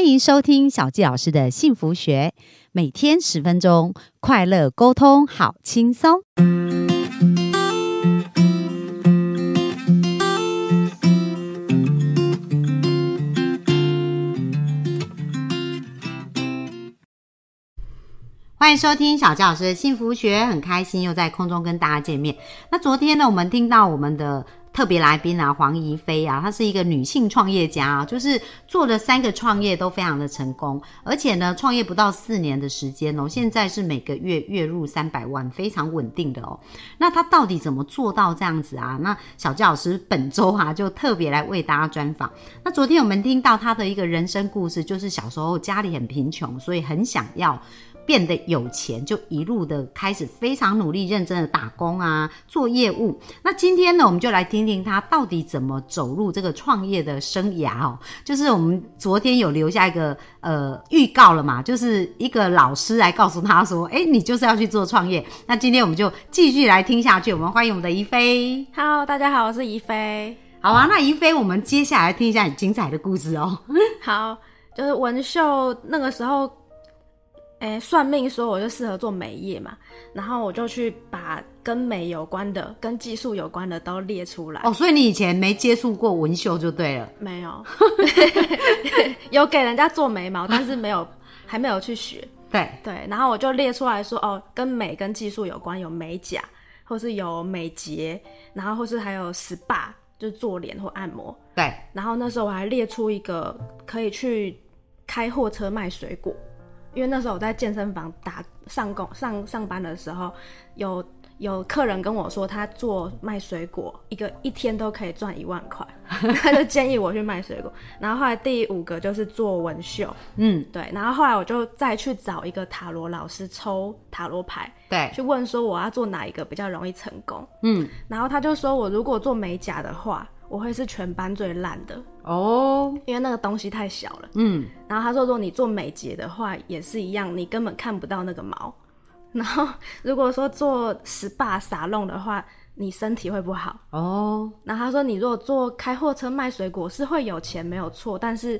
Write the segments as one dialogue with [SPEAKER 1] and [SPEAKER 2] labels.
[SPEAKER 1] 欢迎收听小纪老师的幸福学，每天十分钟，快乐沟通，好轻松。欢迎收听小纪老师的幸福学，很开心又在空中跟大家见面。那昨天呢，我们听到我们的特别来宾啊，黄怡菲啊，她是一个女性创业家啊，就是做了三个创业都非常的成功，而且呢，创业不到四年的时间哦，现在是每个月月入三百万，非常稳定的哦。那她到底怎么做到这样子啊？那小纪老师本周啊，就特别来为大家专访。那昨天我们听到她的一个人生故事，就是小时候家里很贫穷，所以很想要。变得有钱，就一路的开始非常努力、认真的打工啊，做业务。那今天呢，我们就来听听他到底怎么走入这个创业的生涯哦。就是我们昨天有留下一个呃预告了嘛，就是一个老师来告诉他说：“哎、你就是要去做创业。”那今天我们就继续来听下去。我们欢迎我们的怡菲。
[SPEAKER 2] Hello，大家好，我是怡菲。
[SPEAKER 1] 好啊，那怡菲，我们接下来听一下你精彩的故事哦。
[SPEAKER 2] 好，就是文秀那个时候，哎、算命说我就适合做美业嘛，然后我就去把跟美有关的、跟技术有关的都列出来。
[SPEAKER 1] 哦，所以你以前没接触过纹绣就对了。
[SPEAKER 2] 没有， 有给人家做眉毛，但是没有，还没有去学。
[SPEAKER 1] 对，
[SPEAKER 2] 对，然后我就列出来说，哦，跟美跟技术有关，有美甲，或是有美睫，然后或是还有 SPA，就是做脸或按摩。
[SPEAKER 1] 对，
[SPEAKER 2] 然后那时候我还列出一个可以去开货车卖水果，因为那时候我在健身房打上工上上班的时候，有有客人跟我说他做卖水果，一个一天都可以赚一万块， 他就建议我去卖水果。然后后来第五个就是做纹绣，
[SPEAKER 1] 嗯，
[SPEAKER 2] 对，然后后来我就再去找一个塔罗老师抽塔罗牌，
[SPEAKER 1] 对，
[SPEAKER 2] 去问说我要做哪一个比较容易成功。
[SPEAKER 1] 嗯，
[SPEAKER 2] 然后他就说我如果做美甲的话，我会是全班最烂的，
[SPEAKER 1] 哦，
[SPEAKER 2] 因为那个东西太小了。
[SPEAKER 1] 嗯。
[SPEAKER 2] 然后他说，如果你做美睫的话，也是一样，你根本看不到那个毛。 然后如果说做 SPA 撒弄的话，你身体会不好。
[SPEAKER 1] 哦，
[SPEAKER 2] 然后他说，你如果做开货车卖水果是会有钱没有错，但是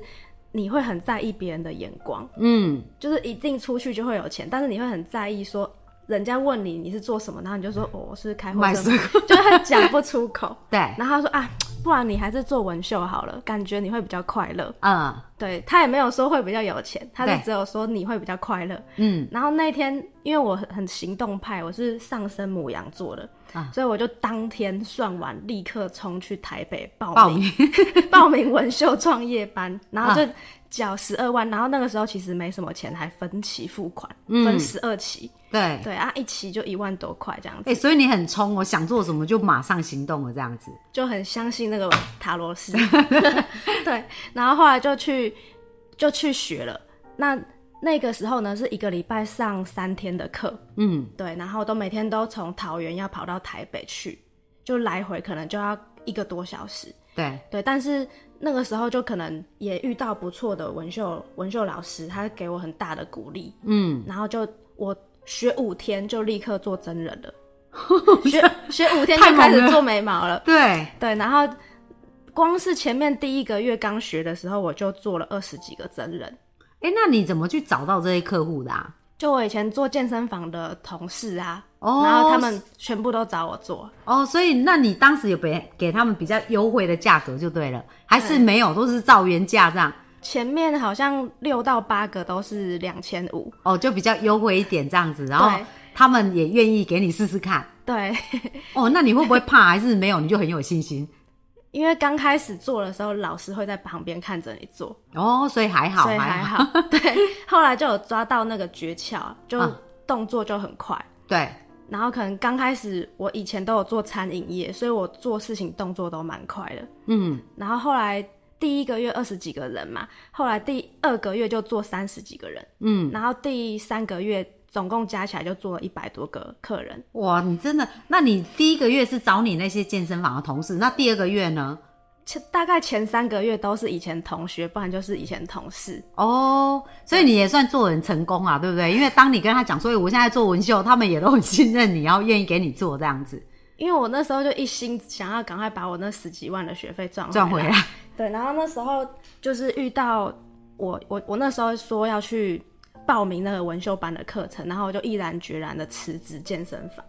[SPEAKER 2] 你会很在意别人的眼光，
[SPEAKER 1] 嗯，
[SPEAKER 2] 就是一定出去就会有钱，但是你会很在意说。人家问你你是做什么，然后你就说哦，我是开货
[SPEAKER 1] 卖
[SPEAKER 2] 车
[SPEAKER 1] 水，
[SPEAKER 2] 就会讲不出口。
[SPEAKER 1] 对，
[SPEAKER 2] 然后他说啊，不然你还是做纹绣好了，感觉你会比较快乐。
[SPEAKER 1] 嗯
[SPEAKER 2] 对他也没有说会比较有钱，他
[SPEAKER 1] 对
[SPEAKER 2] 是只有说你会比较快乐。
[SPEAKER 1] 嗯，
[SPEAKER 2] 然后那天因为我很很行动派，我是上升母羊座的，
[SPEAKER 1] 啊
[SPEAKER 2] 所以我就当天算完，立刻冲去台北报
[SPEAKER 1] 报
[SPEAKER 2] 名
[SPEAKER 1] 名啊
[SPEAKER 2] 报名文秀创业班，然后就缴十二万，然后那个时候其实没什么钱，还分期付款，
[SPEAKER 1] 嗯
[SPEAKER 2] 分十二期，
[SPEAKER 1] 对，
[SPEAKER 2] 对啊，一期就一万多块这样
[SPEAKER 1] 哎、
[SPEAKER 2] 子，
[SPEAKER 1] 所以你很冲，我想做什么就马上行动了，这样子。
[SPEAKER 2] 就很相信那个塔罗 师，对，然后后来就去就去学了。那那个时候呢，是一个礼拜上三天的课，
[SPEAKER 1] 嗯，
[SPEAKER 2] 对，然后都每天都从桃园要跑到台北去，就来回可能就要一个多小时，
[SPEAKER 1] 对，
[SPEAKER 2] 对。但是那个时候就可能也遇到不错的文秀文秀老师，他给我很大的鼓励，
[SPEAKER 1] 嗯，
[SPEAKER 2] 然后就我学五天就立刻做真 人了，学学五天
[SPEAKER 1] 太
[SPEAKER 2] 就
[SPEAKER 1] 猛
[SPEAKER 2] 开始
[SPEAKER 1] 了
[SPEAKER 2] 做眉毛了。
[SPEAKER 1] 对，
[SPEAKER 2] 对，然后光是前面第一个月刚学的时候，我就做了二十几个真人。
[SPEAKER 1] 哎、那你怎么去找到这些客户的啊？
[SPEAKER 2] 就我以前做健身房的同事啊，
[SPEAKER 1] 哦，
[SPEAKER 2] 然后他们全部都找我做，
[SPEAKER 1] 哦，所以那你当时有给给他们比较优惠的价格就对了，还是没有，都是照原价这样？
[SPEAKER 2] 前面好像六到八个都是两千五，
[SPEAKER 1] 哦，就比较优惠一点这样子，然后
[SPEAKER 2] 对
[SPEAKER 1] 他们也愿意给你试试看。
[SPEAKER 2] 对，
[SPEAKER 1] 哦，那你会不会怕？还是没有你就很有信心？
[SPEAKER 2] 因为刚开始做的时候，老师会在旁边看着你做，
[SPEAKER 1] 哦，所以还好，
[SPEAKER 2] 所以还好。对，后来就有抓到那个诀窍，啊就
[SPEAKER 1] 嗯
[SPEAKER 2] 动作就很快。
[SPEAKER 1] 对，
[SPEAKER 2] 然后可能刚开始我以前都有做餐饮业，所以我做事情动作都蛮快的。
[SPEAKER 1] 嗯，
[SPEAKER 2] 然后后来第一个月二十几个人嘛，后来第二个月就做三十几个人，
[SPEAKER 1] 嗯，
[SPEAKER 2] 然后第三个月总共加起来就做了一百多个客人。
[SPEAKER 1] 哇，你真的？那你第一个月是找你那些健身房的同事，那第二个月呢？
[SPEAKER 2] 前大概前三个月都是以前同学，不然就是以前同事。
[SPEAKER 1] 哦，所以你也算做人成功啊，对不对？因为当你跟他讲，所以我现在做纹绣，他们也都很信任你，然后愿意给你做这样子
[SPEAKER 2] 因为我那时候就一心想要赶快把我那十几万的学费赚
[SPEAKER 1] 赚回
[SPEAKER 2] 哦来，
[SPEAKER 1] 来。
[SPEAKER 2] 对，然后那时候就是遇到我我我那时候说要去报名那个文修班的课程，然后我就毅然决然的辞职健身房，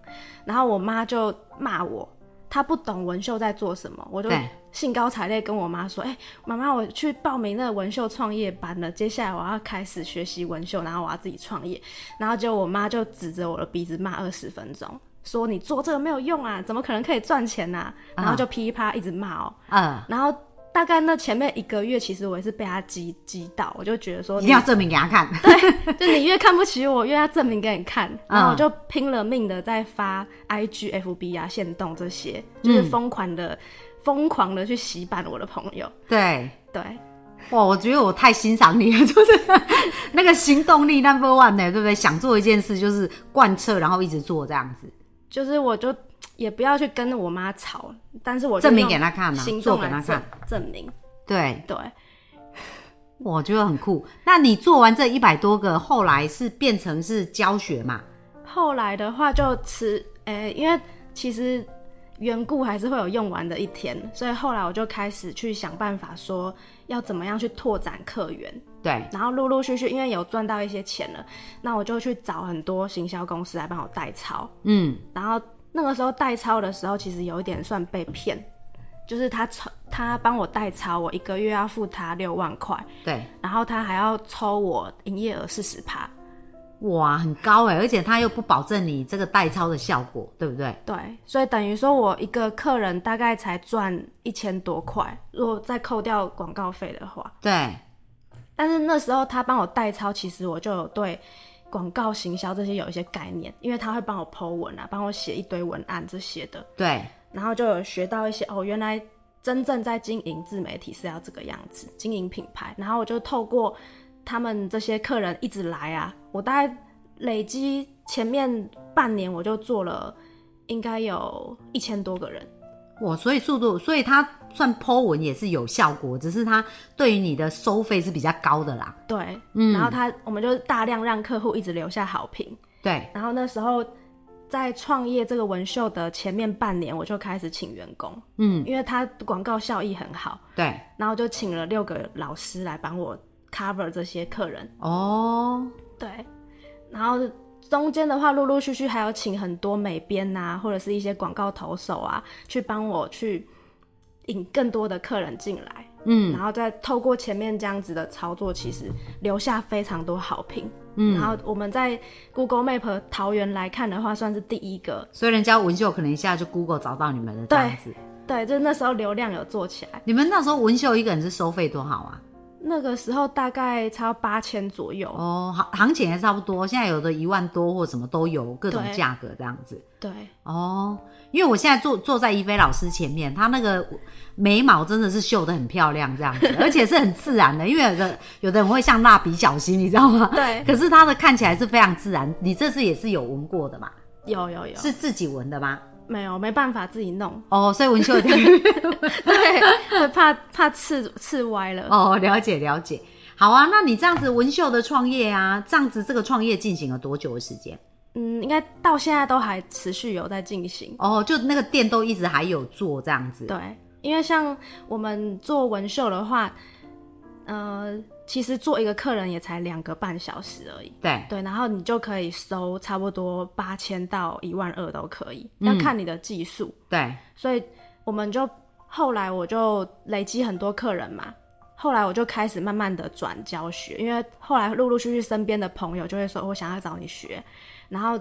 [SPEAKER 2] 然后我妈就骂我，她不懂文秀在做什么，我就
[SPEAKER 1] 对
[SPEAKER 2] 兴高采烈跟我妈说，哎、妈妈，我去报名那个文秀创业班了，接下来我要开始学习文秀，然后我要自己创业，然后结果我妈就指着我的鼻子骂二十分钟。说你做这个没有用啊，怎么可能可以赚钱呐、然后就噼里啪啦一直骂哦、
[SPEAKER 1] 嗯，
[SPEAKER 2] 然后大概那前面一个月，其实我也是被他激激到，我就觉得说
[SPEAKER 1] 一
[SPEAKER 2] 你，
[SPEAKER 1] 定要证明给他看。
[SPEAKER 2] 就你 越看不起我，越要证明给你看。
[SPEAKER 1] 嗯
[SPEAKER 2] 然后我就拼了命的在发 IG、FB 啊、限动这些，就是疯狂的、疯狂的去洗版我的朋友。
[SPEAKER 1] 对，
[SPEAKER 2] 对，
[SPEAKER 1] 哇，我觉得我太欣赏你了，就是那个行动力 number one 呢，对不对？想做一件事就是贯彻，然后一直做这样子，
[SPEAKER 2] 就是我就也不要去跟我妈吵，但是我就
[SPEAKER 1] 证明
[SPEAKER 2] 用
[SPEAKER 1] 给他看啊
[SPEAKER 2] 行，
[SPEAKER 1] 做
[SPEAKER 2] 动
[SPEAKER 1] 给
[SPEAKER 2] 来
[SPEAKER 1] 他
[SPEAKER 2] 证
[SPEAKER 1] 看。
[SPEAKER 2] 证明。
[SPEAKER 1] 对，
[SPEAKER 2] 对，
[SPEAKER 1] 我觉得很酷。那你做完这一百多个，后来是变成是教学嘛？
[SPEAKER 2] 后来的话就辞，诶、因为其实缘故还是会有用完的一天，所以后来我就开始去想办法说要怎么样去拓展客源，
[SPEAKER 1] 对，
[SPEAKER 2] 然后陆陆续续因为有赚到一些钱了，那我就去找很多行销公司来帮我代操，
[SPEAKER 1] 嗯，
[SPEAKER 2] 然后那个时候代操的时候，其实有一点算被骗，就是他抽他帮我代操，我一个月要付他六万块，
[SPEAKER 1] 对，
[SPEAKER 2] 然后他还要抽我营业额四十趴，
[SPEAKER 1] 哇，很高哎，而且他又不保证你这个代操的效果，对不对？
[SPEAKER 2] 对，所以等于说我一个客人大概才赚一千多块，如果再扣掉广告费的话。
[SPEAKER 1] 对，
[SPEAKER 2] 但是那时候他帮我代操，其实我就有对广告行销这些有一些概念，因为他会帮我 Po 文啊，帮我写一堆文案这些的，
[SPEAKER 1] 对，
[SPEAKER 2] 然后就有学到一些哦，原来真正在经营自媒体是要这个样子，经营品牌。然后我就透过他们这些客人一直来啊，我大概累积前面半年我就做了应该有一千多个人。
[SPEAKER 1] 我所以速度，所以他算 Po 文也是有效果，只是他对于你的收费是比较高的啦。
[SPEAKER 2] 对，
[SPEAKER 1] 嗯
[SPEAKER 2] 然后他我们就大量让客户一直留下好评。
[SPEAKER 1] 对，
[SPEAKER 2] 然后那时候在创业这个文秀的前面半年，我就开始请员工，嗯，因为他广告效益很好，
[SPEAKER 1] 对，
[SPEAKER 2] 然后就请了六个老师来帮我 cover 这些客人。
[SPEAKER 1] 哦，
[SPEAKER 2] 对，然后中间的话，陆陆续续还有请很多美编呐、或者是一些广告投手啊，去帮我去引更多的客人进来。嗯，然后再透过前面这样子的操作，其实留下非常多好评。嗯，然后我们在 Google Map 桃园来看的话，算是第一个。
[SPEAKER 1] 所以人家文秀可能一下就 Google 找到你们了，这样子。
[SPEAKER 2] 对，就是那时候流量有做起来，
[SPEAKER 1] 你们那时候文秀一个人是收费多好啊？
[SPEAKER 2] 那个时候大概才要八千左右。
[SPEAKER 1] 哦，行行情还差不多，现在有的一万多或什么都有，各种
[SPEAKER 2] 对
[SPEAKER 1] 价格这样子。
[SPEAKER 2] 对，
[SPEAKER 1] 哦，因为我现在坐坐在一菲老师前面，她那个眉毛真的是绣得很漂亮，这样子，而且是很自然的。因为有的有的人会像蜡笔小新，你知道吗？
[SPEAKER 2] 对
[SPEAKER 1] 可是她的看起来是非常自然。你这次也是有纹过的嘛？
[SPEAKER 2] 有有有，
[SPEAKER 1] 是自己纹的吗？
[SPEAKER 2] 没有没办法自己弄，
[SPEAKER 1] 哦，所以纹绣一定
[SPEAKER 2] 对，会怕怕刺刺歪了。
[SPEAKER 1] 哦，了解了解。好啊，那你这样子纹绣的创业啊，这样子这个创业进行了多久的时间？
[SPEAKER 2] 嗯，应该到现在都还持续有在进行。
[SPEAKER 1] 哦，就那个店都一直还有做这样子。
[SPEAKER 2] 对，因为像我们做文秀的话，呃，其实做一个客人也才两个半小时而已。
[SPEAKER 1] 对
[SPEAKER 2] 对，然后你就可以收差不多八千到一万二都可以，要看你的技术。
[SPEAKER 1] 对
[SPEAKER 2] 所以我们就后来我就累积很多客人嘛，后来我就开始慢慢的转教学，因为后来陆陆续续身边的朋友就会说我想要找你学，然后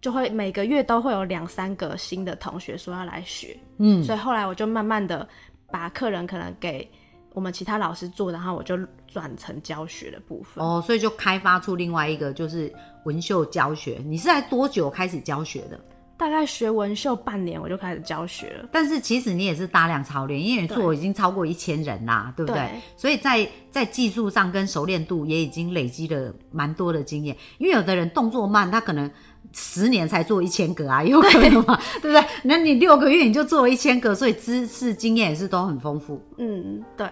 [SPEAKER 2] 就会每个月都会有两三个新的同学说要来学，嗯，所以后来我就慢慢的把客人可能给我们其他老师做，然后我就转成教学的部分。
[SPEAKER 1] 哦，所以就开发出另外一个就是纹绣教学。你是在多久开始教学的？
[SPEAKER 2] 大概学纹绣半年，我就开始教学了。
[SPEAKER 1] 但是其实你也是大量操练，因为你做已经超过一千人啦，对不对？
[SPEAKER 2] 对
[SPEAKER 1] 所以在在技术上跟熟练度也已经累积了蛮多的经验。因为有的人动作慢，他可能十年才做一千个啊，有可能 嘛，对不对？那你六个月你就做了一千个，所以知识经验也是都很丰富。
[SPEAKER 2] 嗯，对。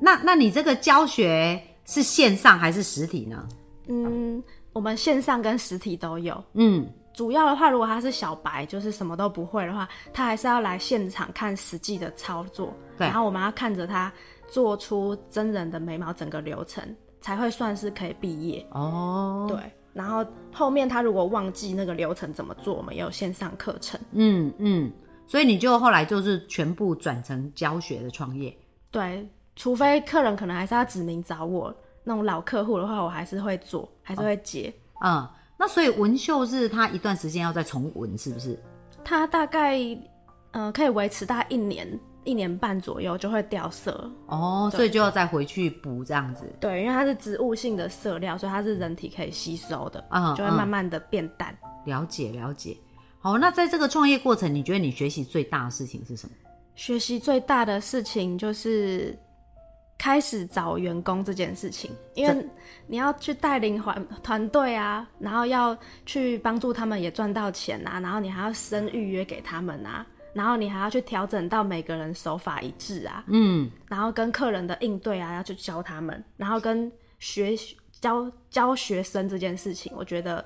[SPEAKER 1] 那那你这个教学是线上还是实体呢？
[SPEAKER 2] 嗯，我们线上跟实体都有。
[SPEAKER 1] 嗯，
[SPEAKER 2] 主要的话，如果他是小白，就是什么都不会的话，他还是要来现场看实际的操作，
[SPEAKER 1] 对
[SPEAKER 2] 然后我们要看着他做出真人的眉毛整个流程。才会算是可以毕业。
[SPEAKER 1] 哦，
[SPEAKER 2] 对，然后后面他如果忘记那个流程怎么做，我们也有线上课程。
[SPEAKER 1] 嗯嗯，所以你就后来就是全部转成教学的创业。
[SPEAKER 2] 对，除非客人可能还是要指名找我，那种老客户的话，我还是会做，还是会接。
[SPEAKER 1] 嗯，那所以纹绣是他一段时间要再重纹，是不是？
[SPEAKER 2] 它大概呃可以维持大概一年一年半左右就会掉色，
[SPEAKER 1] 哦，所以就要再回去补这样子。
[SPEAKER 2] 对，因为它是植物性的色料，所以它是人体可以吸收的，
[SPEAKER 1] 嗯
[SPEAKER 2] 就会慢慢的变淡。
[SPEAKER 1] 了解了解。好，那在这个创业过程，你觉得你学习最大的事情是什么？
[SPEAKER 2] 学习最大的事情就是开始找员工这件事情，因为你要去带领团团队啊，然后要去帮助他们也赚到钱啊，然后你还要生预约给他们啊，然后你还要去调整到每个人手法一致啊，
[SPEAKER 1] 嗯，
[SPEAKER 2] 然后跟客人的应对啊，要去教他们，然后跟学教教学生这件事情，我觉得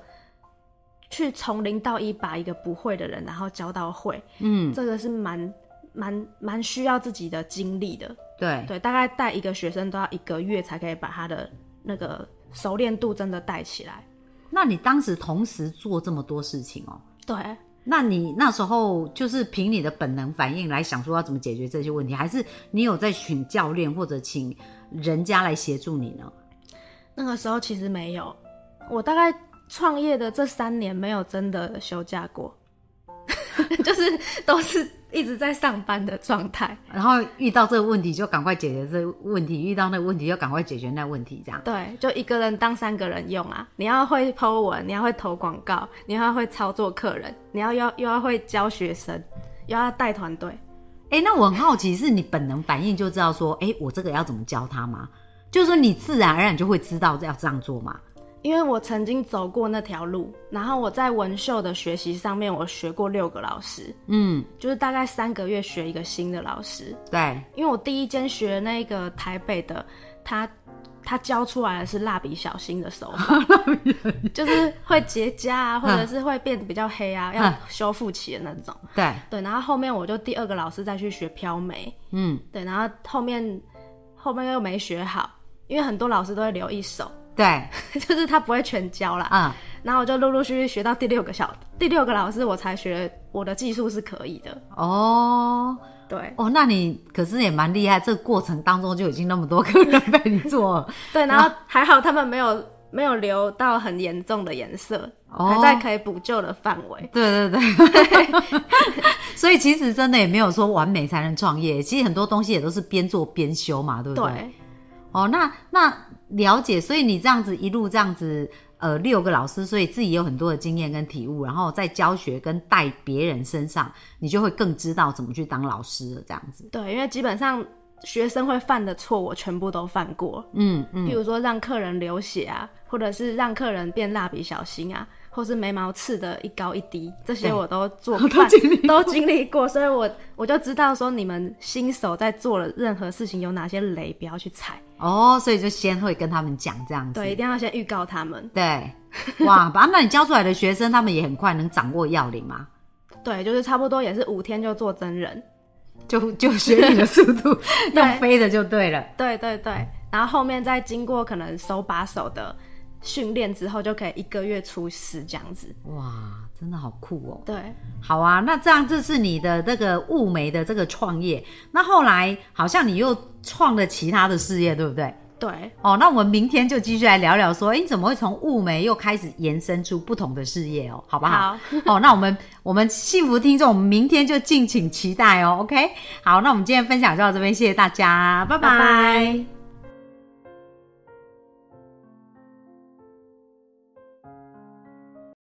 [SPEAKER 2] 去从零到一把一个不会的人，然后教到会，嗯，这个是蛮蛮蛮需要自己的精力的。
[SPEAKER 1] 对，
[SPEAKER 2] 对，大概带一个学生都要一个月才可以把他的那个熟练度真的带起来。
[SPEAKER 1] 那你当时同时做这么多事情哦，
[SPEAKER 2] 对，
[SPEAKER 1] 那你那时候就是凭你的本能反应来想说要怎么解决这些问题，还是你有在请教练或者请人家来协助你呢？
[SPEAKER 2] 那个时候其实没有，我大概创业的这三年没有真的休假过， 就是都是一直在上班的状态。
[SPEAKER 1] 然后遇到这个问题就赶快解决这个问题，遇到那个问题就赶快解决那个问题，这样。
[SPEAKER 2] 对，就一个人当三个人用啊！你要会 Po 文，你要会投广告，你要会操作客人，你要要又要会教学生，又要带团队。
[SPEAKER 1] 哎，那我很好奇，是你本能反应就知道说，哎，我这个要怎么教他吗？就是说你自然而然就会知道要这样做嘛。
[SPEAKER 2] 因为我曾经走过那条路，然后我在文秀的学习上面，我学过六个老师，
[SPEAKER 1] 嗯，
[SPEAKER 2] 就是大概三个月学一个新的老师。
[SPEAKER 1] 对，
[SPEAKER 2] 因为我第一间学那个台北的，他他教出来的是蜡笔小新的手法，就是会结痂啊，或者是会变得比较黑啊，要修复期的那种。
[SPEAKER 1] 对，
[SPEAKER 2] 对，然后后面我就第二个老师再去学飘眉，
[SPEAKER 1] 嗯，
[SPEAKER 2] 对，然后后面后面又没学好，因为很多老师都会留一手，
[SPEAKER 1] 对，
[SPEAKER 2] 就是他不会全教啦。
[SPEAKER 1] 啊、
[SPEAKER 2] 然后我就陆陆续续学到第六个小第六个老师，我才学我的技术是可以的。
[SPEAKER 1] 哦，
[SPEAKER 2] 对
[SPEAKER 1] 哦，那你可是也蛮厉害，这个过程当中就已经那么多客人被你做了，
[SPEAKER 2] 对，然后还好他们没有没有留到很严重的颜色，
[SPEAKER 1] 哦
[SPEAKER 2] 还在可以补救的范围。
[SPEAKER 1] 对对对， 所以其实真的也没有说完美才能创业，其实很多东西也都是边做边修嘛，对不对？
[SPEAKER 2] 对，
[SPEAKER 1] 哦，那那了解，所以你这样子一路这样子，呃，六个老师，所以自己有很多的经验跟体悟，然后在教学跟带别人身上，你就会更知道怎么去当老师了，这样子。
[SPEAKER 2] 对，因为基本上学生会犯的错，我全部都犯过。
[SPEAKER 1] 嗯 嗯，
[SPEAKER 2] 比如说让客人流血啊，或者是让客人变蜡笔小新啊，或是眉毛刺的一高一低，这些
[SPEAKER 1] 对
[SPEAKER 2] 我都 做
[SPEAKER 1] 都经历过
[SPEAKER 2] 都经历过，所以我我就知道说你们新手在做了任何事情有哪些雷不要去踩，
[SPEAKER 1] 哦，所以就先会跟他们讲这样子。
[SPEAKER 2] 对，一定要先预告他们，
[SPEAKER 1] 对，哇，把那你教出来的学生，他们也很快能掌握要领嘛，
[SPEAKER 2] 对，就是差不多也是五天就做真人，
[SPEAKER 1] 就就学你的速度用
[SPEAKER 2] 对
[SPEAKER 1] 飞的就 对了。
[SPEAKER 2] 对对对，然后后面再经过可能手把手的训练之后，就可以一个月出师这样子，
[SPEAKER 1] 哇，真的好酷哦！
[SPEAKER 2] 对。
[SPEAKER 1] 好啊，那这样这是你的这个物美的这个创业，那后来好像你又创了其他的事业，对不对？
[SPEAKER 2] 对，
[SPEAKER 1] 哦，那我们明天就继续来聊聊说，哎，你怎么会从物美又开始延伸出不同的事业哦，好不好？
[SPEAKER 2] 好
[SPEAKER 1] 哦，那我们我们幸福听众，我们明天就敬请期待哦。OK，好，那我们今天分享就到这边，谢谢大家，拜
[SPEAKER 2] 拜拜